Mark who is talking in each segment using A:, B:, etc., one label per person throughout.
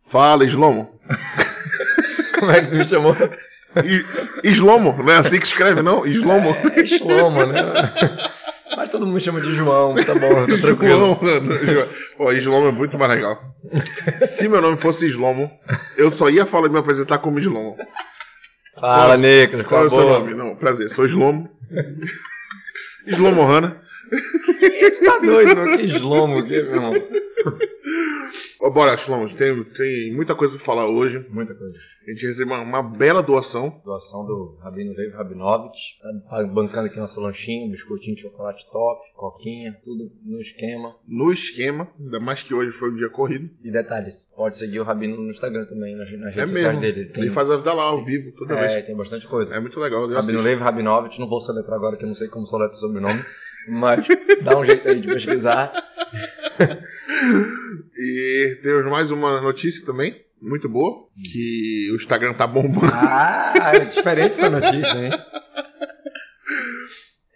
A: Fala, Slomo.
B: Como é que tu me chamou?
A: I- Slomo, não é assim que escreve, não? Slomo.
B: É Shlomo, né? Mas todo mundo chama de João, tá bom, tá tranquilo.
A: João, mano, João. Pô, Slomo é muito mais legal. Se meu nome fosse Slomo, eu só ia falar me apresentar como Slomo.
B: Fala,
A: Qual
B: Nicolas, qual
A: é
B: a
A: o seu
B: boa?
A: nome? Não, prazer, sou Slomo. Slomo Hanna.
B: Tá doido, meu? Que Shlomo, o quê, meu irmão?
A: Ó, Bora, Slomo, tem, tem muita coisa pra falar hoje.
B: Muita coisa.
A: A gente recebeu uma, uma bela doação.
B: Doação do Rabino Leivo Rabinovich. Tá bancando aqui nosso lanchinho, biscoitinho de chocolate top, coquinha, tudo no esquema.
A: No esquema, ainda mais que hoje foi um dia corrido.
B: E detalhes, pode seguir o Rabino no Instagram também, nas, nas
A: É
B: redes
A: mesmo.
B: sociais dele. Ele tem,
A: Ele faz a vida lá ao vivo toda
B: é,
A: vez.
B: tem bastante coisa.
A: É muito legal. Eu
B: Rabino
A: assisto.
B: Leiva Rabinovich, não vou soletrar agora que eu não sei como soletra o sobrenome, mas dá um jeito aí de pesquisar.
A: E temos mais uma notícia também, muito boa, que o Instagram tá bombando.
B: Ah, é diferente essa notícia, hein?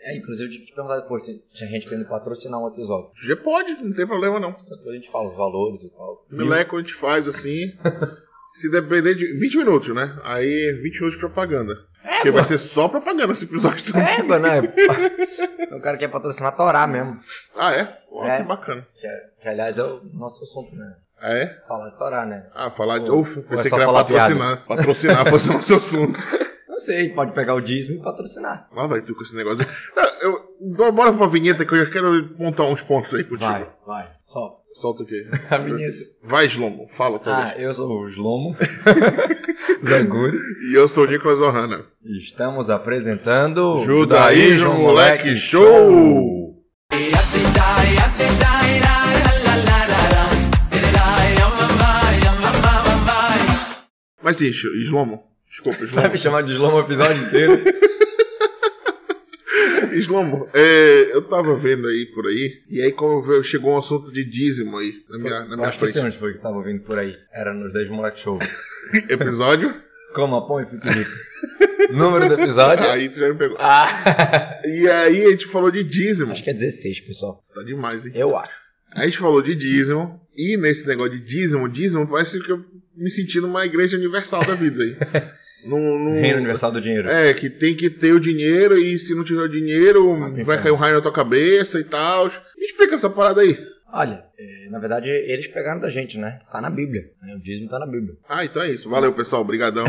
B: É, inclusive, eu tinha que te perguntar depois, tem- tinha gente querendo patrocinar um episódio.
A: Já pode, não tem problema não.
B: Depois a gente fala os valores e tal.
A: Meleco a gente faz assim, se depender de 20 minutos, né? Aí 20 minutos de propaganda.
B: É,
A: Porque vai ser só propaganda esse episódio também.
B: Égua, né? O É um cara quer patrocinar Torá mesmo.
A: Ah, é? Ó,
B: É.
A: Que bacana.
B: Hum. Que, é- que, aliás, é o nosso assunto, né?
A: Ah, é?
B: Falar de Torá, né?
A: Ah, falar de.
B: Ou-
A: Ufa,
B: ou é
A: pensei
B: só
A: que era
B: falar
A: patrocinar. Patrocinar fosse o nosso assunto.
B: Não sei, pode pegar o dízimo e patrocinar.
A: Lá vai tu com esse negócio. Ah, eu- bora- bora pra vinheta que eu já quero montar uns pontos aí contigo.
B: Vai, Tipo, vai, solta.
A: Solta o quê?
B: A vinheta.
A: Vai, Slomo, fala tua vez.
B: Ah, eu sou o Slomo. Zanguri.
A: E eu sou o Nicolas Ohana.
B: E Estamos apresentando
A: Judaísmo Moleque Show! Mas sim, Slomo. Desculpa,
B: Vai me
A: Slomo.
B: chamar de Slomo o episódio inteiro?
A: Slomo, é, eu tava vendo aí por aí, e aí como eu ve- chegou um assunto de dízimo aí na minha, na
B: Eu
A: minha
B: acho que eu sei
A: frente.
B: onde foi que tava ouvindo por aí. Era nos 10 Moleque Show.
A: Episódio,
B: Coma pão e fique rico. Número do episódio?
A: aí tu já me pegou.
B: Ah,
A: E aí a gente falou de dízimo.
B: acho que é 16, pessoal.
A: Tá demais, hein?
B: Eu acho.
A: Aí a gente falou de dízimo, e nesse negócio de dízimo, dízimo parece que eu me senti numa igreja universal da vida aí. No, no-
B: Reino Universal do Dinheiro.
A: É, que tem que ter o dinheiro e se não tiver o dinheiro,
B: Ah, que
A: vai
B: inferno.
A: cair um raio na tua cabeça e tal. Me explica essa parada aí.
B: Olha, eh, na verdade, eles pegaram da gente, né? Tá na Bíblia. né? O dízimo tá na Bíblia.
A: Ah, então é isso. Valeu, pessoal. Obrigadão.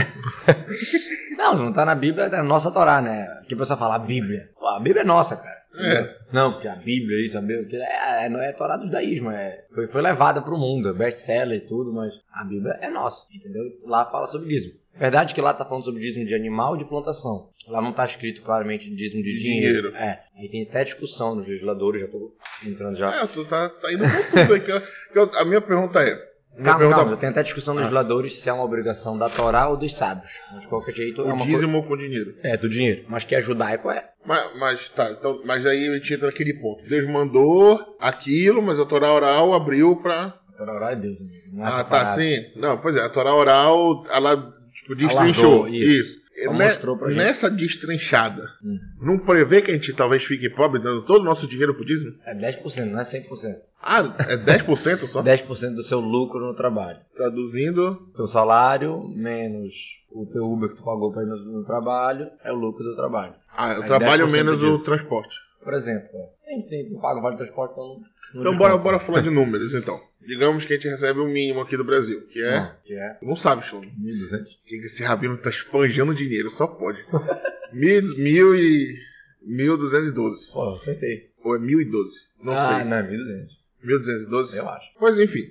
B: Não, não tá na Bíblia, é da nossa Torá, né? Que a pessoa fala, a Bíblia. Pô, a Bíblia é nossa, cara.
A: É.
B: Não, porque a Bíblia, isso, a Bíblia, aquilo, é, é, não é Torá do judaísmo, é, foi, foi levada pro mundo, é best-seller e tudo, mas a Bíblia é nossa, entendeu? Lá fala sobre dízimo. Verdade que lá tá falando sobre dízimo de animal e de plantação. Lá não tá escrito claramente dízimo de,
A: De
B: dinheiro.
A: dinheiro.
B: É, aí tem até discussão nos legisladores, já tô entrando já.
A: É, tu tá, tá indo com tudo aqui. ó. Que eu- A minha pergunta é. Minha
B: Calma,
A: pergunta
B: calma, tem até discussão
A: Ah.
B: nos legisladores se é uma obrigação da Torá ou dos sábios. Mas de qualquer jeito é
A: o
B: uma coisa...
A: dízimo com dinheiro.
B: É, do dinheiro, mas que é judaico é.
A: Mas, mas tá, então, mas aí a gente entra naquele ponto. Deus mandou aquilo, mas a Torá oral abriu pra.
B: A Torá oral é Deus, amigo, não é
A: ah, tá,
B: separado.
A: sim. Não, pois é, a Torá oral, ela, tipo, destrinchou.
B: Alargou,
A: isso.
B: isso. Só
A: Ne-
B: mostrou pra gente.
A: nessa destrinchada,
B: Hum.
A: não prevê que a gente talvez fique pobre dando todo o nosso dinheiro pro dízimo?
B: É 10%, não é 100%.
A: Ah, é 10% só?
B: 10% do seu lucro no trabalho.
A: Traduzindo.
B: Teu salário menos o teu Uber que tu pagou para ir no, no trabalho é o lucro do trabalho.
A: Ah, eu
B: É
A: trabalho
B: 10%
A: menos o
B: disso.
A: transporte.
B: Por exemplo, é, tem, tem, tu paga vale transporte, então... não
A: Então
B: desconta.
A: bora, bora falar de números então. Digamos que a gente recebe o mínimo aqui do Brasil, que é.
B: Não, Que é
A: Não sabe, Chlomo.
B: 1.200.
A: Que esse rabino tá espanjando dinheiro, só pode. mil, mil e. 1212.
B: Pô, eu acertei.
A: Ou é 1012? Não
B: ah,
A: sei.
B: não, é 1.200.
A: 1212?
B: Eu acho.
A: Pois enfim.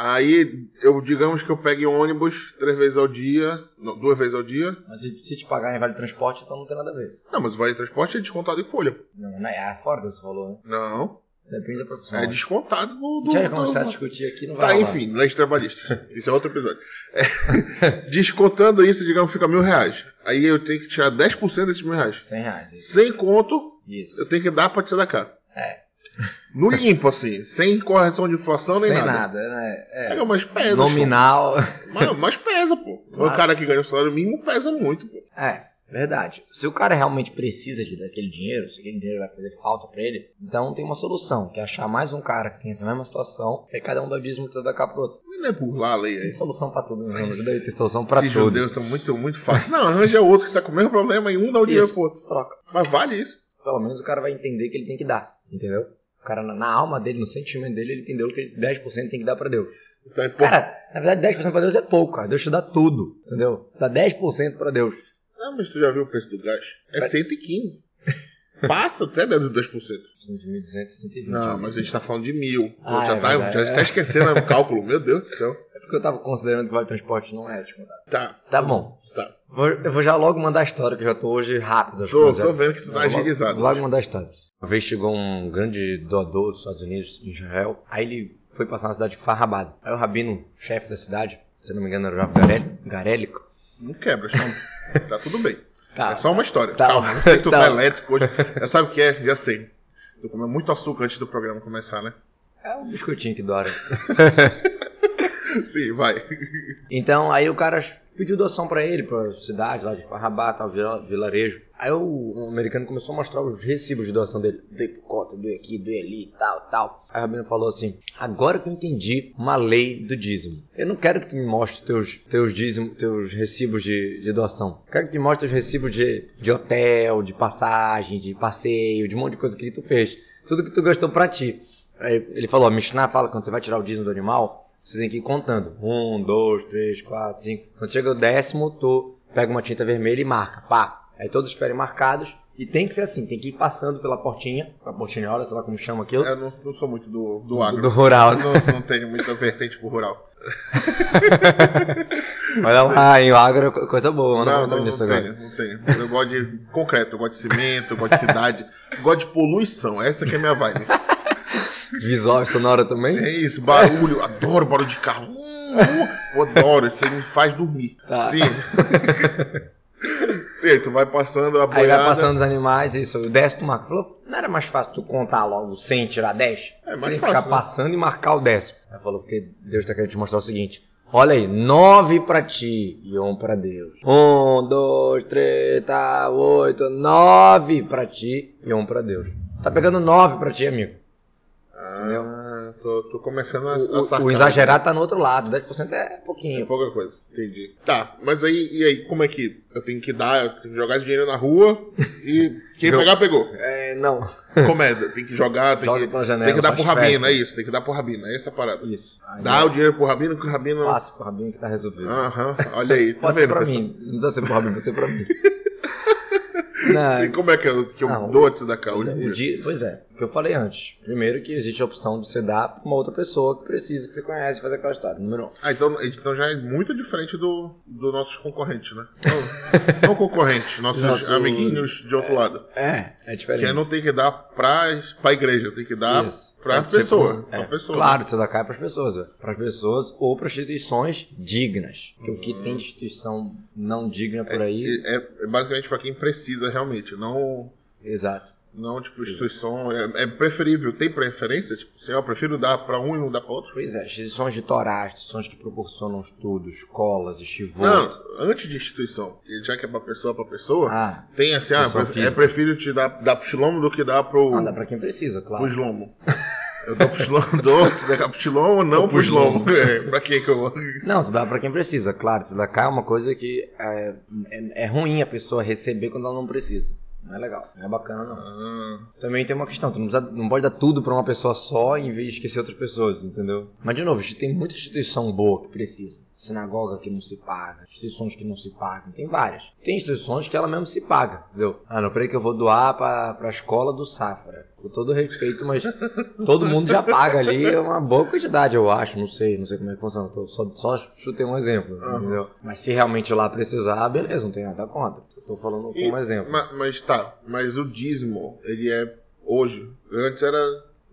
A: Aí, eu digamos que eu pegue um ônibus três vezes ao dia, não, duas vezes ao dia.
B: Mas se, se te pagar em vale transporte, então não tem nada a ver.
A: Não, mas o vale transporte é descontado em folha.
B: Não, não é fora desse valor, né?
A: Não,
B: Depende da profissão.
A: é descontado do. do
B: a gente vai
A: do-
B: começar a discutir aqui, não vai
A: Tá,
B: rolar.
A: enfim, leis trabalhistas. Isso é outro episódio. É, descontando isso, digamos, fica mil reais. Aí eu tenho que tirar 10% desses mil reais.
B: 100 reais. isso.
A: Sem conto,
B: Isso.
A: eu tenho que dar pra te dar cá.
B: É.
A: No limpo, assim, sem correção de inflação nem
B: Sem
A: nada.
B: nada, né? É.
A: Pega umas pesa,
B: Nominal...
A: pô. Mas, mas pesa, pô. O
B: Claro.
A: cara que ganha o salário mínimo pesa muito, pô.
B: É, verdade. Se o cara realmente precisa de, daquele dinheiro, se aquele dinheiro vai fazer falta pra ele, então tem uma solução, que é achar mais um cara que tem essa mesma situação, e aí cada um dá o dízimo que você dá cá pro outro.
A: Não é burlar a lei
B: Tem
A: aí.
B: solução pra tudo, né? meu irmão. Daí tem solução pra
A: Esses
B: tudo.
A: judeus estão muito, muito fácil. Não, arranja outro que tá com o mesmo problema e um dá o dinheiro
B: Isso.
A: pro outro.
B: Troca.
A: Mas vale isso.
B: Pelo menos o cara vai entender que ele tem que dar, entendeu? O cara, na- na alma dele, no sentimento dele, ele entendeu que ele 10% tem que dar pra Deus.
A: Então, é, pô,
B: Cara, na verdade, 10% pra Deus é pouco, cara. Deus te dá tudo, entendeu? Dá 10% pra Deus.
A: Ah, mas tu já viu o preço do gás? É
B: Mas-
A: 115. Passa até dentro dos 2%.
B: 1.200, 120.
A: Não, mas a gente tá falando de mil. Pô,
B: Ah,
A: já,
B: é
A: tá,
B: verdade.
A: já tá esquecendo o cálculo. Meu Deus do céu.
B: É porque eu tava considerando que o vale transporte não é ético. Tá,
A: Tá,
B: Tá bom.
A: tá.
B: Vou- eu vou já logo mandar a história, que eu já tô hoje rápido. as
A: Tô,
B: coisas.
A: tô vendo que tu tá
B: Logo-
A: agilizado.
B: Logo mandar a história. Uma vez chegou um grande doador dos Estados Unidos, em Israel. Aí ele foi passar na cidade de Farrabado. Aí o rabino, chefe da cidade, se eu não me engano era o Rav Garel- Garélico.
A: Não quebra, chama. tá tudo bem.
B: Tá.
A: é só uma história.
B: Tá.
A: Calma, eu sei que tu tá,
B: Tá.
A: elétrico hoje. Já sabe o que é? Já sei. Tu comeu muito açúcar antes do programa começar, né?
B: É um biscoitinho que dora.
A: Sim, vai.
B: Então, aí o cara pediu doação pra ele, pra cidade lá de Farrabá, tal, vila- vilarejo. Aí o, o americano começou a mostrar os recibos de doação dele. Doei por cota, doei aqui, doei ali, tal, tal. Aí o Rabino falou assim, agora que eu entendi uma lei do dízimo. Eu não quero que tu me mostre teus, teus dízimos, teus recibos de, de doação. Eu quero que tu me mostre os recibos de, de hotel, de passagem, de passeio, de um monte de coisa que tu fez. Tudo que tu gastou pra ti. Aí ele falou, a Mishnah fala que quando você vai tirar o dízimo do animal, você tem que ir contando. Um, dois, três, quatro, cinco. Quando chega o décimo, tu pega uma tinta vermelha e marca. Pá. Aí todos estiverem marcados. E tem que ser assim, tem que ir passando pela portinha, pela portinhola, sei lá como chama aquilo.
A: Eu não, não sou muito do, do
B: do,
A: agro.
B: do rural.
A: Eu Não, não tenho muita vertente pro rural.
B: Olha lá, hein, o agro é co- coisa boa, mano.
A: não,
B: Não,
A: não,
B: não,
A: não
B: nisso
A: tenho,
B: agora.
A: não tenho. Eu gosto de concreto, eu gosto de cimento, eu gosto de cidade, eu gosto de poluição. Essa que é a minha vibe.
B: Visual e sonora também?
A: É isso, barulho, adoro barulho de carro. Hum, hum, eu adoro, isso aí me faz dormir.
B: Tá.
A: Sim. Sim, aí tu vai passando a
B: Aí
A: boiada.
B: vai passando os animais, isso, o décimo marca. Falou, não era mais fácil tu contar logo 100 e tirar 10?
A: É mais
B: Tu tem que
A: fácil,
B: ficar
A: né?
B: passando e marcar o décimo. Aí falou, porque Deus tá querendo te mostrar o seguinte. Olha aí, nove pra ti e um pra Deus. Um, dois, três, tá, oito, nove pra ti e um pra Deus. Tá pegando nove pra ti, amigo.
A: Ah, tô, tô começando a, a
B: O,
A: sacar.
B: o exagerado tá no outro lado, 10% é
A: É
B: pouquinho.
A: pouca coisa, entendi. Tá, mas aí, e aí, como é que eu tenho que dar, eu tenho que jogar esse dinheiro na rua e quem
B: Jo-
A: pegar, pegou.
B: É, não.
A: Como é? Tem que jogar, tem,
B: Joga
A: que,
B: pela janela,
A: tem que dar
B: faz
A: pro Rabino,
B: festa.
A: é isso, tem que dar pro Rabino, é essa a parada.
B: Isso. Aí,
A: Dá o dinheiro pro Rabino que o Rabino...
B: Passa pro Rabinho que tá resolvido.
A: Aham, olha aí, né? Ah, tá
B: Pode ser
A: vendo,
B: pra
A: pessoal?
B: mim. Não precisa ser pro Robin, pode ser pra mim.
A: E
B: Não,
A: como é que eu, que eu
B: né? Não,
A: dou antes da cá hoje em
B: o
A: dia?
B: dia, pois é, o que eu falei antes. Primeiro que existe a opção de você dar pra uma outra pessoa que precisa, que você conhece, fazer aquela história. Número um.
A: Ah, então, então já é muito diferente do, do nossos concorrentes, né? Não, não concorrentes, nossos
B: Nosso-
A: amiguinhos de outro lado.
B: É, é diferente.
A: Que não tem que dar pra, pra igreja, tem que dar
B: Isso.
A: pra
B: Pode ser
A: pessoa.
B: pro-
A: pra
B: é,
A: pessoa.
B: Claro, você dá cara para as pessoas, para as pessoas ou para instituições dignas. Porque o que tem de instituição não digna por aí,
A: Hum. É, é basicamente pra quem precisa realmente, não,
B: exato.
A: não tipo, instituição. É, é preferível, tem preferência? Tipo, assim, ó, eu prefiro dar pra um e não dar pra outro?
B: Pois é, instituições de Torá, instituições que proporcionam estudos, escolas,
A: Não,
B: estivos.
A: antes de instituição, que já que é pra pessoa pra pessoa,
B: Ah,
A: tem assim, ah,
B: Pessoa
A: pref- é
B: física.
A: prefiro te dar, dar pro Shlomo do que dar pro.
B: não dá para quem precisa, claro.
A: Pro Shlomo. Eu dou pro Shlomo, dou, se der pro Shlomo, não
B: Ou
A: pro
B: pro
A: Shlomo. É, pra que que eu...
B: Não, tu dá pra quem precisa, claro. Tu dá cá é uma coisa que é, é, é ruim a pessoa receber quando ela não precisa. Não é legal, não é bacana não.
A: Ah,
B: Também tem uma questão, tu não, precisa- não pode dar tudo pra uma pessoa só em vez de esquecer outras pessoas, entendeu? Mas de novo, tem muita instituição boa que precisa. Sinagoga que não se paga, instituições que não se pagam, tem várias. Tem instituições que ela mesmo se paga, entendeu? Ah, não, peraí que eu vou doar pra, pra escola do Safra. Com todo respeito, mas todo mundo já paga ali é uma boa quantidade, eu acho. Não sei, não sei como é que funciona. Tô, só, só chutei um exemplo,
A: Aham.
B: entendeu? Mas se realmente lá precisar, beleza, não tem nada contra. Eu tô falando
A: e-
B: como exemplo.
A: ma- mas tá, mas o dízimo, ele é hoje. Antes era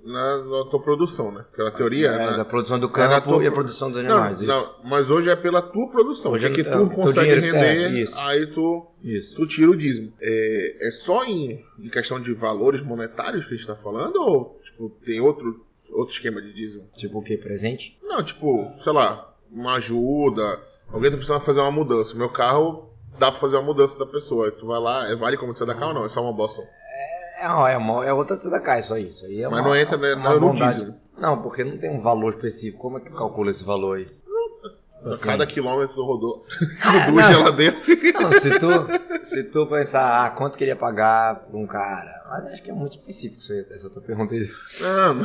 A: na, na tua produção, né? Pela teoria.
B: É,
A: né?
B: da produção do
A: era a
B: campo
A: tua
B: e a
A: pro-
B: produção dos
A: Não,
B: animais. isso.
A: não, mas hoje é pela tua produção.
B: Hoje
A: Hoje
B: é
A: que
B: que-
A: tu
B: teu
A: consegue
B: dinheiro, é,
A: render,
B: isso.
A: aí tu,
B: Isso.
A: tu tira o dízimo. É, é só em, em questão de valores monetários que a gente tá falando? Ou tipo, tem outro, outro esquema de dízimo?
B: Tipo o que? Presente?
A: Não, tipo, sei lá, uma ajuda. Alguém tá precisando fazer uma mudança. Meu carro dá pra fazer uma mudança da pessoa. Aí Tu vai lá, é vale como você dá carro ou não? É só uma bosta.
B: É, ó, é, uma, é outra tzedaká, isso aí. Isso aí é
A: Mas
B: uma- é
A: não entra né,
B: uma
A: não, no
B: bondade.
A: diesel.
B: Não, porque não tem um valor específico. Como é que calcula esse valor aí? Assim,
A: A cada quilômetro do rodou
B: Ah,
A: duas
B: não.
A: geladeiras.
B: Ah, Não, se tu, se tu pensar, ah, quanto queria pagar pra um cara? Mas acho que é muito específico isso aí, essa tua pergunta aí.
A: Não, não.
B: Não,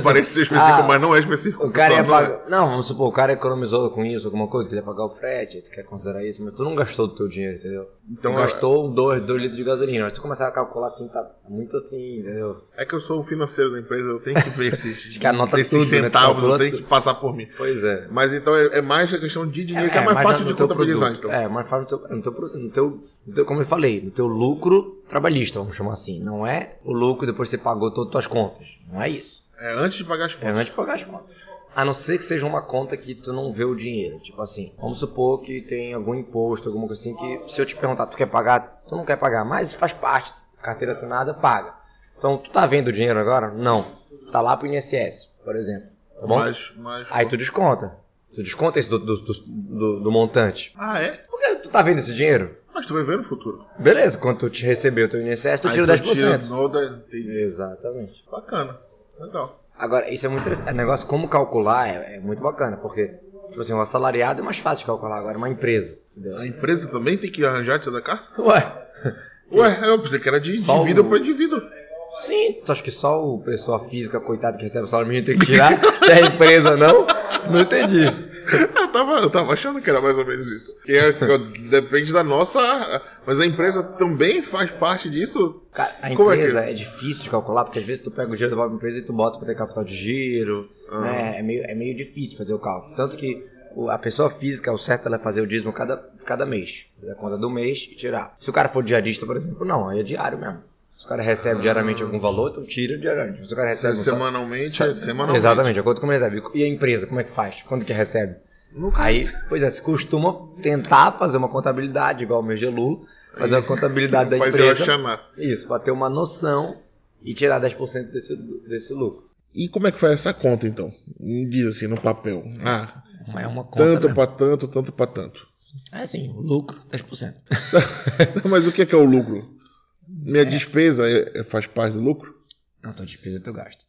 A: Parece ser
B: assim,
A: específico,
B: ah,
A: mas não é específico.
B: O cara ia
A: pessoal, não é.
B: pagar. Não, vamos supor, o cara economizou com isso alguma coisa, queria pagar o frete, aí tu quer considerar isso, mas tu não gastou do teu dinheiro, entendeu?
A: Então,
B: tu gastou 2 litros de gasolina. Aí tu começar a calcular assim, tá muito assim, entendeu?
A: É que eu sou o financeiro da empresa, eu tenho que ver esses,
B: que anota
A: esses
B: tudo, né?
A: centavos,
B: Calcula
A: não tem
B: tudo.
A: que passar por mim.
B: Pois é.
A: Mas então é, é mais a questão de dinheiro, que é mais
B: mas
A: fácil
B: no
A: de
B: teu
A: contabilizar,
B: produto.
A: então.
B: É, mais fácil no teu, no teu pro- no teu- no teu- como eu falei, no teu lucro trabalhista, vamos chamar assim. Não é o lucro depois que você pagou todas as tuas contas. Não é isso.
A: É antes de pagar as
B: É
A: contas.
B: antes de pagar as contas. A não ser que seja uma conta que tu não vê o dinheiro. Tipo assim, vamos supor que tem algum imposto, alguma coisa assim, que se eu te perguntar, tu quer pagar? Tu não quer pagar, mas faz parte. Carteira assinada, paga. Então, tu tá vendo o dinheiro agora? Não. Tá lá pro INSS, por exemplo. Tá bom?
A: Mas, mas...
B: Aí tu desconta. Tu desconta isso do, do, do- do- do montante.
A: Ah, é?
B: Por que tu tá vendo esse dinheiro?
A: Mas tu vai ver no futuro.
B: Beleza, quando tu te recebeu teu INSS, tu
A: Aí
B: tira
A: tu tira
B: 10%.
A: no da- entendi.
B: Exatamente.
A: Bacana. Legal.
B: Agora, isso é muito interessante. O negócio como calcular é, é muito bacana, porque, tipo assim, o assalariado é mais fácil de calcular agora, uma empresa.
A: A
B: Entendeu?
A: empresa também tem que arranjar de da carta?
B: Ué,
A: Ué, eu pensei que era de
B: Só
A: indivíduo
B: o-
A: para indivíduo.
B: sim, tu acha que só o pessoa física, coitado, que recebe o salário mínimo tem que tirar? E a empresa não? Não entendi.
A: Eu tava, eu tava achando que era mais ou menos isso. Que é- que depende da nossa. Mas a empresa também faz parte disso.
B: Cara, a
A: Como é que-
B: empresa é, difícil de calcular, porque às vezes tu pega o dinheiro da própria empresa e tu bota pra ter capital de giro,
A: Ah.
B: né? É meio, é meio difícil fazer o cálculo. Tanto que o- a pessoa física, o certo ela é fazer o dízimo cada, cada mês. Fazer a conta do mês e tirar. Se o cara for diarista, por exemplo, não, aí é diário mesmo. Se o cara recebe
A: Ah.
B: diariamente algum valor, então tira diariamente. Se o cara recebe... um sal-
A: semanalmente, é semanalmente.
B: Exatamente, a conta como ele recebe. E a empresa, como é que faz? Quando que recebe?
A: Nunca...
B: Aí, pois é, se costuma tentar fazer uma contabilidade, igual o meu Gelulu, fazer uma contabilidade da
A: faz
B: empresa.
A: eu chamar.
B: Isso, pra ter uma noção e tirar 10% desse, desse lucro.
A: E como é que faz essa conta, então? Me diz assim, no papel. Ah,
B: É uma conta.
A: tanto
B: né?
A: pra tanto, tanto pra tanto.
B: É assim, o lucro, 10%.
A: Mas o que é, que é o lucro? Minha despesa é- é- faz parte do lucro?
B: Não, tua despesa é teu gasto.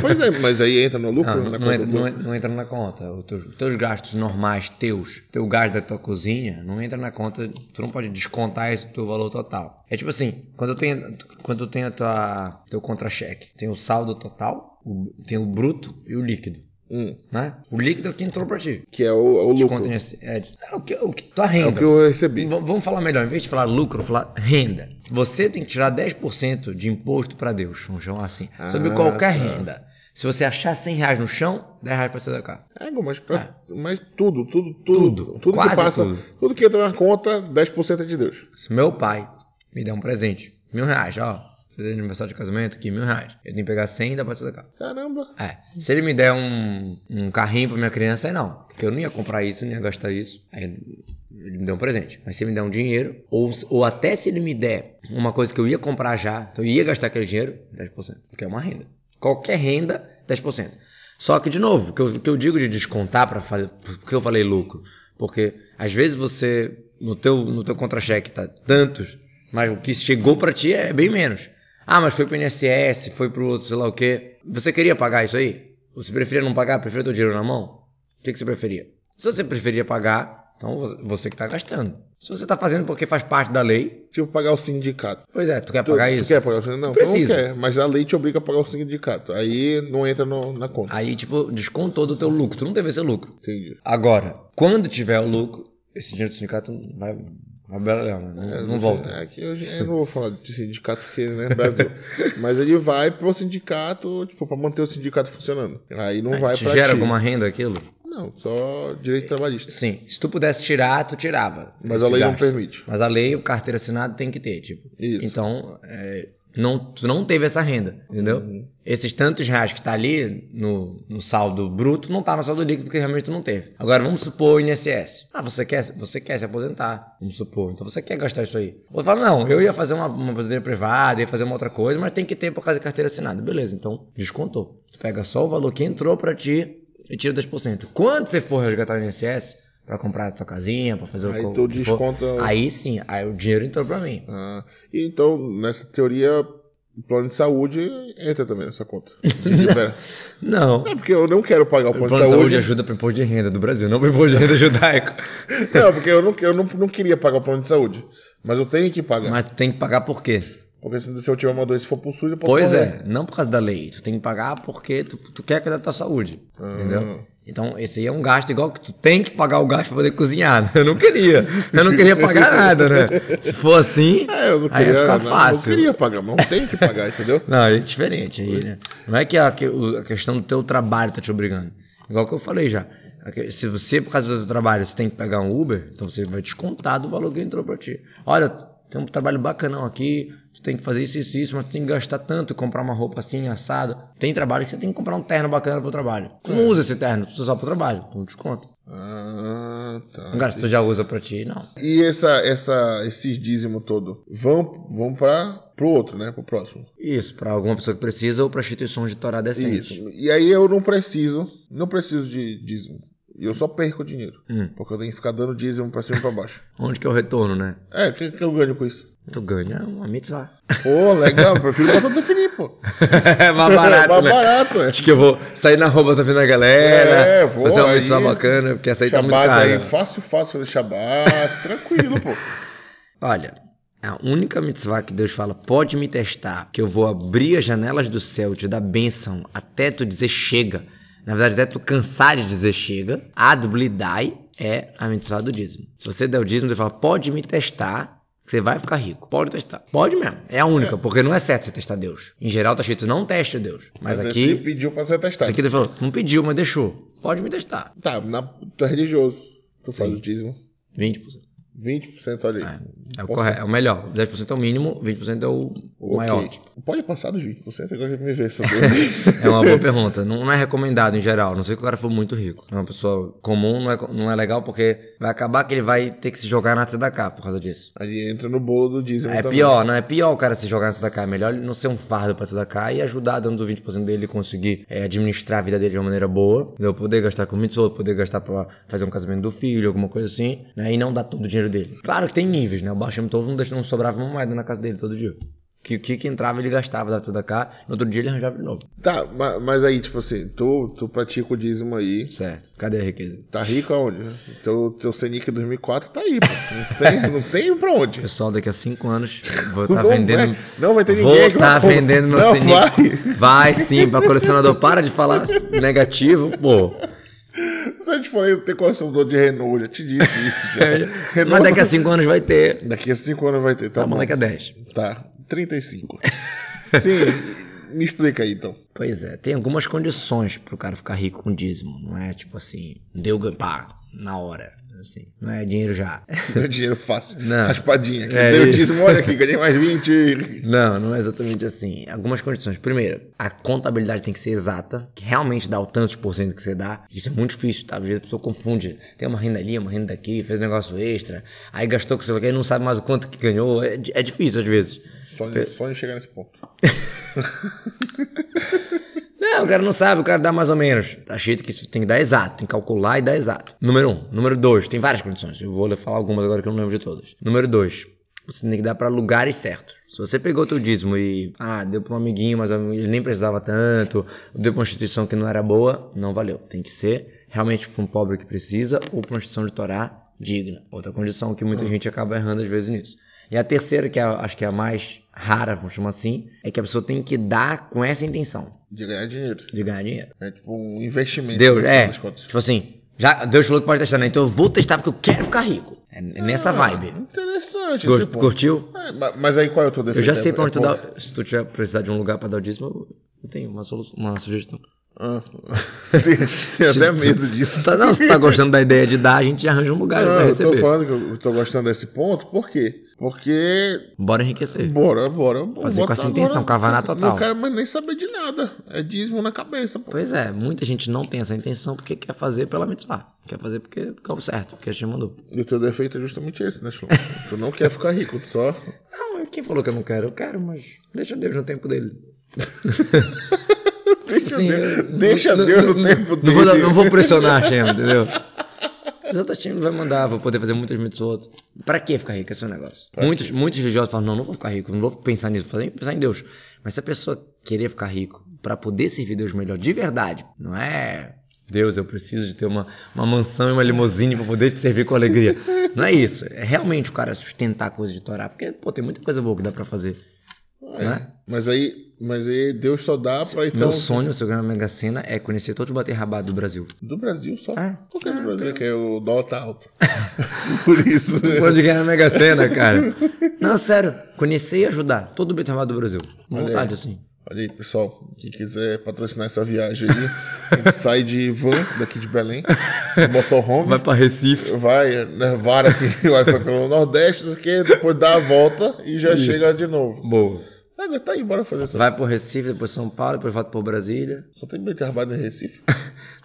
A: Pois é, mas aí entra no lucro? né,
B: Não, não,
A: na conta
B: não entra,
A: é do
B: não
A: lucro?
B: en- não entra na conta. Os teus, os teus gastos normais, teus, teu gás da tua cozinha, não entra na conta. Tu não pode descontar isso do teu valor total. É tipo assim, quando tem, quando tem a tua, teu contra-cheque, tem o saldo total, o- tem o bruto e o líquido,
A: Hum,
B: né? O líquido é o que entrou pra ti.
A: que é o, é o
B: Desconta
A: lucro.
B: nesse- é, é o que, o que tua
A: É
B: renda.
A: o que eu recebi.
B: V- Vamos falar melhor, em vez de falar lucro, falar renda. Você tem que tirar 10% de imposto para Deus, vamos chamar assim, sobre
A: Ah,
B: qualquer
A: tá.
B: renda. Se você achar 100 reais no chão, 10 reais para sacar.
A: É, Igor, mas, pra- mas tudo, tudo, tudo.
B: Tudo,
A: Tudo, que
B: quase
A: passa, tudo.
B: tudo.
A: que entra na conta, 10% é de Deus.
B: Se meu pai me der um presente, mil reais, ó, feliz aniversário de casamento, aqui, mil reais. Eu tenho que pegar 100 e dá para sacar.
A: Caramba.
B: É, se ele me der um, um carrinho pra minha criança, aí não. Porque eu não ia comprar isso, não ia gastar isso. Aí ele me deu um presente. Mas se ele me der um dinheiro, ou, ou até se ele me der uma coisa que eu ia comprar já, então eu ia gastar aquele dinheiro, 10%. Porque é uma renda. Qualquer renda, 10%. Só que, de novo, o que eu, o que eu digo de descontar para fazer. Porque eu falei lucro? Porque às vezes você, no teu, no teu contra-cheque, tá tantos, mas o que chegou para ti é bem menos. Ah, mas foi pro INSS, foi pro outro, sei lá o quê. Você queria pagar isso aí? Você preferia não pagar? Preferia ter o dinheiro na mão? O que, que você preferia? Se você preferia pagar, então vo- você que tá gastando. Se você tá fazendo porque faz parte da lei,
A: Tipo, pagar o sindicato.
B: pois é, tu quer
A: Tu-
B: pagar
A: tu
B: isso?
A: quer pagar o sindicato? Não, tu não
B: precisa.
A: quer. Mas a lei te obriga a pagar o sindicato. Aí não entra no- na conta.
B: Aí, tipo, descontou do teu lucro. Tu não teve esse lucro.
A: Entendi.
B: Agora, quando tiver o lucro, esse dinheiro do sindicato vai, vai beleléu, né? Não, não
A: sei,
B: volta.
A: É que hoje eu não vou falar de sindicato porque, né, Brasil. Mas ele vai pro sindicato, tipo, pra manter o sindicato funcionando. Aí não vai
B: Te
A: É pra
B: gera
A: ti.
B: alguma renda aquilo?
A: Não, só direito trabalhista.
B: Sim. Se tu pudesse tirar, tu tirava.
A: Mas a
B: esse
A: lei não
B: gasto.
A: permite.
B: Mas a lei, o carteira assinada tem que ter, tipo.
A: Isso.
B: Então, é, não, tu não teve essa renda, entendeu? Esses tantos reais que tá ali no, no saldo bruto, não tá no saldo líquido, porque realmente tu não teve. Agora, vamos supor o INSS. Ah, você quer, você quer se aposentar, vamos supor. Então, você quer gastar isso aí. Ou fala, não, eu ia fazer uma, uma aposentadoria privada, ia fazer uma outra coisa, mas tem que ter por causa da carteira assinada. Beleza, então, descontou. Tu pega só o valor que entrou pra ti e tira 10%. Quando você for resgatar o INSS... Pra comprar a tua casinha, pra fazer o
A: Aí
B: co-
A: tu
B: o que for,
A: desconta o-
B: Aí sim, aí o dinheiro entrou pra mim.
A: Ah, e então, nessa teoria, O plano de saúde entra também nessa conta. Libera.
C: Não.
A: é porque eu não quero pagar o
C: O
A: plano,
C: plano de saúde
A: saúde
C: ajuda para imposto de renda do Brasil, não para imposto de renda judaico.
A: Não, porque eu, não, eu não, não queria pagar o plano de saúde. Mas eu tenho que pagar.
C: Mas tu tem que pagar por quê?
A: Porque se, se eu tiver uma doença e for pro SUS, eu posso
C: Pois
A: morrer.
C: é, não por causa da lei. Tu tem que pagar porque tu, tu quer cuidar da tua saúde. Entendeu? Então, esse aí é um gasto igual que tu tem que pagar o gasto pra poder cozinhar. né? Eu não queria. Eu não queria pagar nada, né? Se for assim,
A: É, eu não
C: aí
A: queria,
C: ia ficar
A: não,
C: fácil.
A: não queria pagar, mas eu tenho que pagar, entendeu?
C: Não, é diferente aí, né? Não é que a, que o- a questão do teu trabalho tá te obrigando. Igual que eu falei já. A que- Se você, por causa do teu trabalho, você tem que pegar um Uber, então você vai descontar do valor que entrou pra ti. Olha, tem um trabalho bacanão aqui, tu tem que fazer isso, isso, isso, mas tu tem que gastar tanto, comprar uma roupa assim, assado. Tem trabalho que você tem que comprar um terno bacana pro trabalho. Tu não usa esse terno, tu usa só pro trabalho, então desconta.
A: Ah, tá.
C: Agora, se tu já usa pra ti, não.
A: E essa, essa, esses dízimo todo vão, vão para pro outro, né? Pro próximo.
C: Isso, pra alguma pessoa que precisa ou pra instituição de Torá decente.
A: Isso. E aí eu não preciso, não preciso de dízimo. E eu só perco dinheiro.
C: Hum.
A: Porque eu tenho que ficar dando dízimo pra cima e pra baixo.
C: Onde que é o retorno, né?
A: É, o que, que eu ganho com isso?
C: Tu ganha uma mitzvah.
A: Pô, legal, eu prefiro botar definir, pô.
C: É mais barato,
A: Mais
C: né?
A: barato, é.
C: Acho que eu vou sair na rua pra ver a galera,
A: É, vou
C: fazer uma
A: aí.
C: missão bacana, porque essa aí tá muito
A: Shabat
C: cara.
A: aí, fácil, fácil fazer shabat, tranquilo, pô.
C: Olha, a única mitzvah que Deus fala, pode me testar, que eu vou abrir as janelas do céu, te dar bênção, até tu dizer chega. Na verdade, até tu cansar de dizer chega. Ad blidai é a mitzvah do dízimo. Se você der o dízimo, Deus fala, pode me testar, que você vai ficar rico. Pode testar. Pode mesmo. É a única, porque não é certo você testar Deus. Em geral tá escrito, não teste Deus. Mas, é
A: Mas
C: aqui,
A: aqui pediu pra ser testado.
C: isso aqui Deus falou, não pediu, mas deixou. Pode me testar.
A: Tá, na, tu é religioso. Tu faz o dízimo.
C: 20%.
A: 20%, olha aí.
C: É o,
A: Posso-
C: correto, é o melhor. 10% é o mínimo, 20% é o, o
A: Ok. tipo,
C: maior.
A: Pode passar dos 20%, agora que me vê essa dúvida.
C: É uma boa pergunta. Não, não é recomendado em geral. a Não sei que o cara for muito rico. É uma pessoa comum, não é, co- não é legal porque vai acabar que ele vai ter que se jogar na Tzedakah por causa disso.
A: Aí entra no bolo do dízimo
C: É
A: também.
C: pior, não é pior o cara se jogar na Tzedakah. É melhor ele não ser um fardo pra Tzedakah e ajudar dando 20% dele conseguir eh, administrar a vida dele de uma maneira boa. Entendeu? Poder gastar com mitzvot, poder gastar pra fazer um casamento do filho, alguma coisa assim. Né? E não dar todo o dinheiro dele. Claro que tem níveis, né? O Baixo Tov não, deixa- não sobrava uma moeda na casa dele todo dia. Que o que, que entrava ele gastava da Tzedakah, no outro dia ele arranjava de novo.
A: Tá, ma- mas aí, tipo assim, tu, tu pratica o dízimo aí.
C: Certo. Cadê a riqueza?
A: Tá rico aonde? Teu, teu Senic 2004 tá aí, pô. Não tem, não tem pra onde.
C: Pessoal, daqui a cinco anos vou
A: Não
C: estar
A: vai-
C: vendendo.
A: não vai ter
C: vou
A: ninguém que vai
C: tá
A: comprar.
C: vendendo meu
A: Não
C: Senic.
A: vai.
C: Vai sim, pra colecionador. Para de falar negativo, pô.
A: Eu te falei, tem colecionador de Renault, já te disse isso. Já. Renault,
C: Mas daqui a cinco anos vai ter.
A: daqui a 5 anos vai ter, tá
C: É. Tá bom,
A: bom?
C: daqui a dez.
A: Tá, 35. Sim, me explica aí então.
C: Pois é, tem algumas condições pro cara ficar rico com dízimo. Não é tipo assim, deu gan- pá, na hora. Assim, não é dinheiro já.
A: Deu dinheiro fácil.
C: Não.
A: Raspadinha. Aqui.
C: É
A: Deu
C: isso.
A: dízimo, olha aqui, ganhei mais 20.
C: Não, não é exatamente assim. Algumas condições. Primeiro, a contabilidade tem que ser exata, que realmente dá o tantos por cento que você dá. Isso é muito difícil, tá? Às vezes a pessoa confunde. Tem uma renda ali, uma renda daqui, fez um negócio extra, aí gastou com sei lá o que, aí não sabe mais o quanto que ganhou. É, di- é difícil às vezes.
A: Sonho, sonho chegar nesse ponto.
C: Não, o cara não sabe, o cara dá mais ou menos. Tá cheio que isso tem que dar exato, tem que calcular e dar exato. Número um. Número dois, tem várias condições. Eu vou falar algumas agora que eu não lembro de todas. Número dois, você tem que dar pra lugares certos. Se você pegou o teu dízimo e, ah, deu pra um amiguinho, mas ele nem precisava tanto, deu pra uma instituição que não era boa, não valeu. Tem que ser realmente pra um pobre que precisa ou pra uma instituição de Torá digna. Outra condição que muita gente acaba errando às vezes nisso. E a terceira, que é a- acho que é a mais rara, vamos chamar assim, é que a pessoa tem que dar com essa intenção
A: De ganhar dinheiro.
C: de ganhar dinheiro.
A: É tipo um investimento.
C: Deus,
A: no
C: é.
A: final das contas.
C: Tipo assim, já Deus falou que pode testar, né? Então eu vou testar porque eu quero ficar rico. É nessa vibe.
A: Interessante
C: Gost-
A: esse ponto.
C: curtiu?
A: É, ma- mas aí qual é o teu defeito?
C: Eu já sei pra
A: É-
C: onde tu
A: é
C: dá. Se tu tiver precisar de um lugar pra dar o dízimo, eu- eu tenho uma, solução, uma sugestão.
A: Ah. Tenho até medo disso.
C: Tá, não, se tu tá gostando da ideia de dar, a gente arranja um lugar
A: Não,
C: pra
A: eu tô
C: receber.
A: falando que eu tô gostando desse ponto, por quê? Porque.
C: Bora enriquecer.
A: Bora, bora.
C: Fazer
A: bota
C: com essa intenção, cavar na total.
A: Não quero mais nem saber de nada. É dízimo na cabeça, pô.
C: Pois é, muita gente não tem essa intenção porque quer fazer pela mitzvah. Quer fazer porque, porque é o certo, porque a gente mandou.
A: E o teu defeito é justamente esse, né, Shlomo? tu não quer ficar rico, tu só.
C: Não, quem falou que eu não quero? Eu quero, mas deixa Deus no tempo dele.
A: Deixa
C: Sim,
A: Deus,
C: eu-
A: deixa
C: não-
A: Deus
C: não-
A: no tempo
C: não vou,
A: dele.
C: não vou pressionar a Shem, entendeu? As outras times vai mandar, vou poder fazer muitas mitzvot. Pra que ficar rico? Esse é o negócio. Muitos, muitos religiosos falam, não, não vou ficar rico, não vou pensar nisso, vou fazer- pensar em Deus. Mas se a pessoa querer ficar rico pra poder servir Deus melhor, de verdade, não é... Deus, eu preciso de ter uma, uma mansão e uma limusine pra poder te servir com alegria. Não é isso. É realmente o cara sustentar a coisa de Torá. Porque, pô, tem muita coisa boa que dá pra fazer.
A: É.
C: Né?
A: Mas aí, mas aí Deus só dá pra então.
C: Meu sonho, se eu ganhar uma mega sena, é conhecer todos os bater rabado do Brasil.
A: Do Brasil só.
C: É.
A: Por que do Brasil? Porque o dólar tá alto. Por isso.
C: Pode ganhar a Mega Sena, cara. Não, sério. Conhecer e ajudar. Todo o beterraba do Brasil.
A: Olha
C: Vontade,
A: aí.
C: assim.
A: Olha aí, pessoal. Quem quiser patrocinar essa viagem aí, a gente sai de van daqui de Belém, motorhome.
C: Vai pra Recife.
A: Vai, né, vara aqui, vai pra- pelo Nordeste, não sei o quê, depois dá a volta e já
C: Isso.
A: chega de novo.
C: Boa.
A: Ah, tá aí, bora fazer essa.
C: Vai pro Recife, depois São Paulo, depois volta pro Brasília.
A: Só tem beterraba em Recife.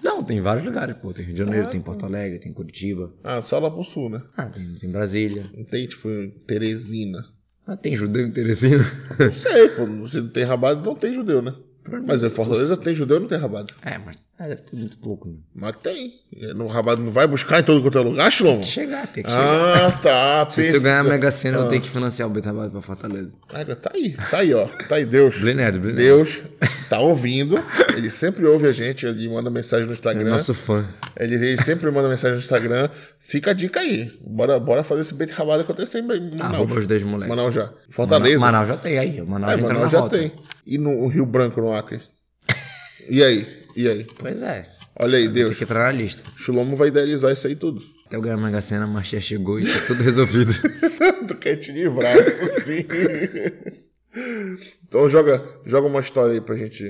C: Não, tem vários lugares, pô. Tem Rio de Janeiro,
A: Ah,
C: tem Porto Alegre, tem Curitiba.
A: Ah, só lá pro sul, né?
C: Ah, tem, tem Brasília.
A: Não tem, tipo, Teresina.
C: Ah, tem Judeu em Teresina.
A: Não sei, pô. Se não tem rabado, não tem judeu, né? Mas em Fortaleza tem judeu ou não tem rabado?
C: É, mas ah, deve ter muito pouco, né?
A: Mas tem. No rabado não vai buscar em todo quanto é lugar, Shlomo?
C: Chegar, tem que chegar.
A: Ah, tá.
C: Se eu ganhar a
A: pensa-
C: Mega Sena, eu
A: Ah.
C: tenho que financiar o beterraba pra Fortaleza.
A: Cara, tá aí, tá aí, ó. Tá aí, Deus.
C: Blenerd, Blenerd.
A: Deus tá ouvindo. Ele sempre ouve a gente, ele manda mensagem no
C: É
A: Instagram.
C: nosso fã.
A: Ele, ele sempre manda mensagem no Instagram. Fica a dica aí. Bora, bora fazer esse bait rabado acontecer em Manaus.
C: Arroba os dois moleques.
A: Manaus já. Fortaleza.
C: Manaus já tem aí. Manaus,
A: É,
C: entra
A: Manaus
C: na
A: já
C: rota.
A: tem. E no o Rio Branco, no Acre? E aí? E aí?
C: Pois é.
A: Olha aí,
C: Tem
A: Deus.
C: que entrar na lista.
A: Shlomo vai idealizar isso aí tudo.
C: Até eu ganhar a Mega Sena, a Marcia chegou e tá tudo resolvido.
A: tu quer te livrar, isso sim. Então joga, joga uma história aí pra gente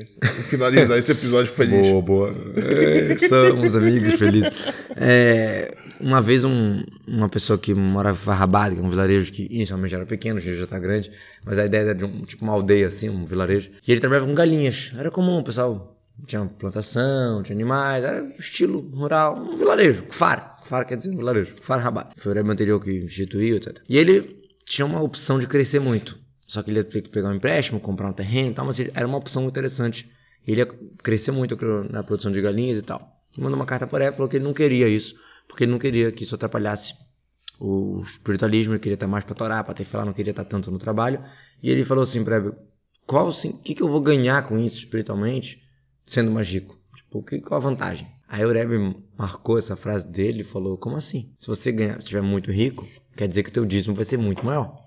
A: finalizar esse episódio feliz.
C: boa. É, somos amigos felizes. É, uma vez um- uma pessoa que morava em Farrabado, que é um vilarejo que inicialmente era pequeno, hoje já tá grande, mas a ideia era de um, tipo uma aldeia assim, um vilarejo. E ele trabalhava com galinhas. Era comum, o pessoal tinha plantação, tinha animais, era estilo rural, um vilarejo, Kfar. Kfar quer dizer vilarejo, Kfar Rabat. Foi o Rebbe anterior que instituiu, etc. E ele tinha uma opção de crescer muito. Só que ele ia ter que pegar um empréstimo, comprar um terreno e tal, mas ele- era uma opção interessante. Ele ia crescer muito eu creio, na produção de galinhas e tal. E mandou uma carta para ela falou que ele não queria isso, porque ele não queria que isso atrapalhasse o espiritualismo, ele queria estar mais para Torá, para ter falar, não queria estar tanto no trabalho. E ele falou assim para qual sim, o que, que eu vou ganhar com isso espiritualmente, sendo mais rico? Tipo, que, qual a vantagem? Aí o Rebbe marcou essa frase dele e falou, como assim? Se você ganhar, estiver muito rico, quer dizer que o teu dízimo vai ser muito maior.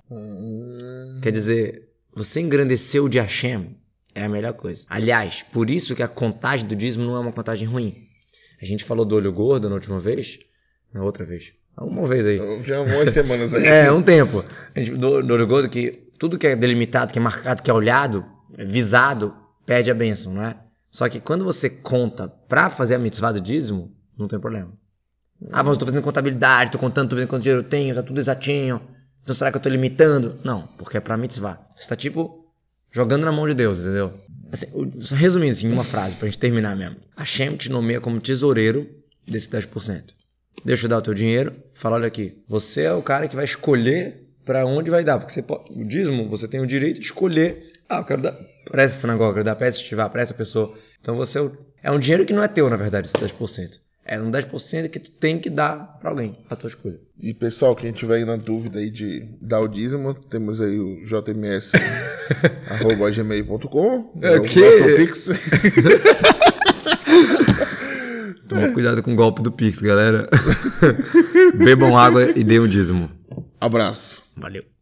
C: Quer dizer, você engrandeceu de Hashem é a melhor coisa. Aliás, por isso que a contagem do dízimo não é uma contagem ruim. A gente falou do olho gordo na última vez, na outra vez, alguma vez aí.
A: Já há umas semanas aí.
C: É, um tempo. A gente, do, do olho gordo que tudo que é delimitado, que é marcado, que é olhado, é visado, pede a bênção, não é? Só que quando você conta pra fazer a mitzvah do dízimo, não tem problema. Ah, mas eu tô fazendo contabilidade, tô contando, tô vendo quanto dinheiro eu tenho, tá tudo exatinho. Então será que eu tô limitando? Não, porque é pra mitzvah. Você tá tipo jogando na mão de Deus, entendeu? Assim, o- só resumindo assim, em uma frase, pra gente terminar mesmo. Hashem te nomeia como tesoureiro desse 10%. Deixa eu dar o teu dinheiro. Fala, olha aqui, você é o cara que vai escolher pra onde vai dar. Porque você pode, o dízimo, você tem o direito de escolher. Ah, eu quero dar pra essa sinagoga, eu quero dar pra essa estivar, pra essa pessoa. Então você é, o- é um dinheiro que não é teu, na verdade, esse 10%. É um 10% que tu tem que dar pra alguém, a tua escolha.
A: E pessoal, quem tiver aí na dúvida aí de dar o dízimo, temos aí o jms arroba gmail.com.
C: É
A: o
C: que-
A: nosso Pix.
C: Toma cuidado com o golpe do Pix, galera. Bebam água e dê um dízimo.
A: Abraço.
C: Valeu.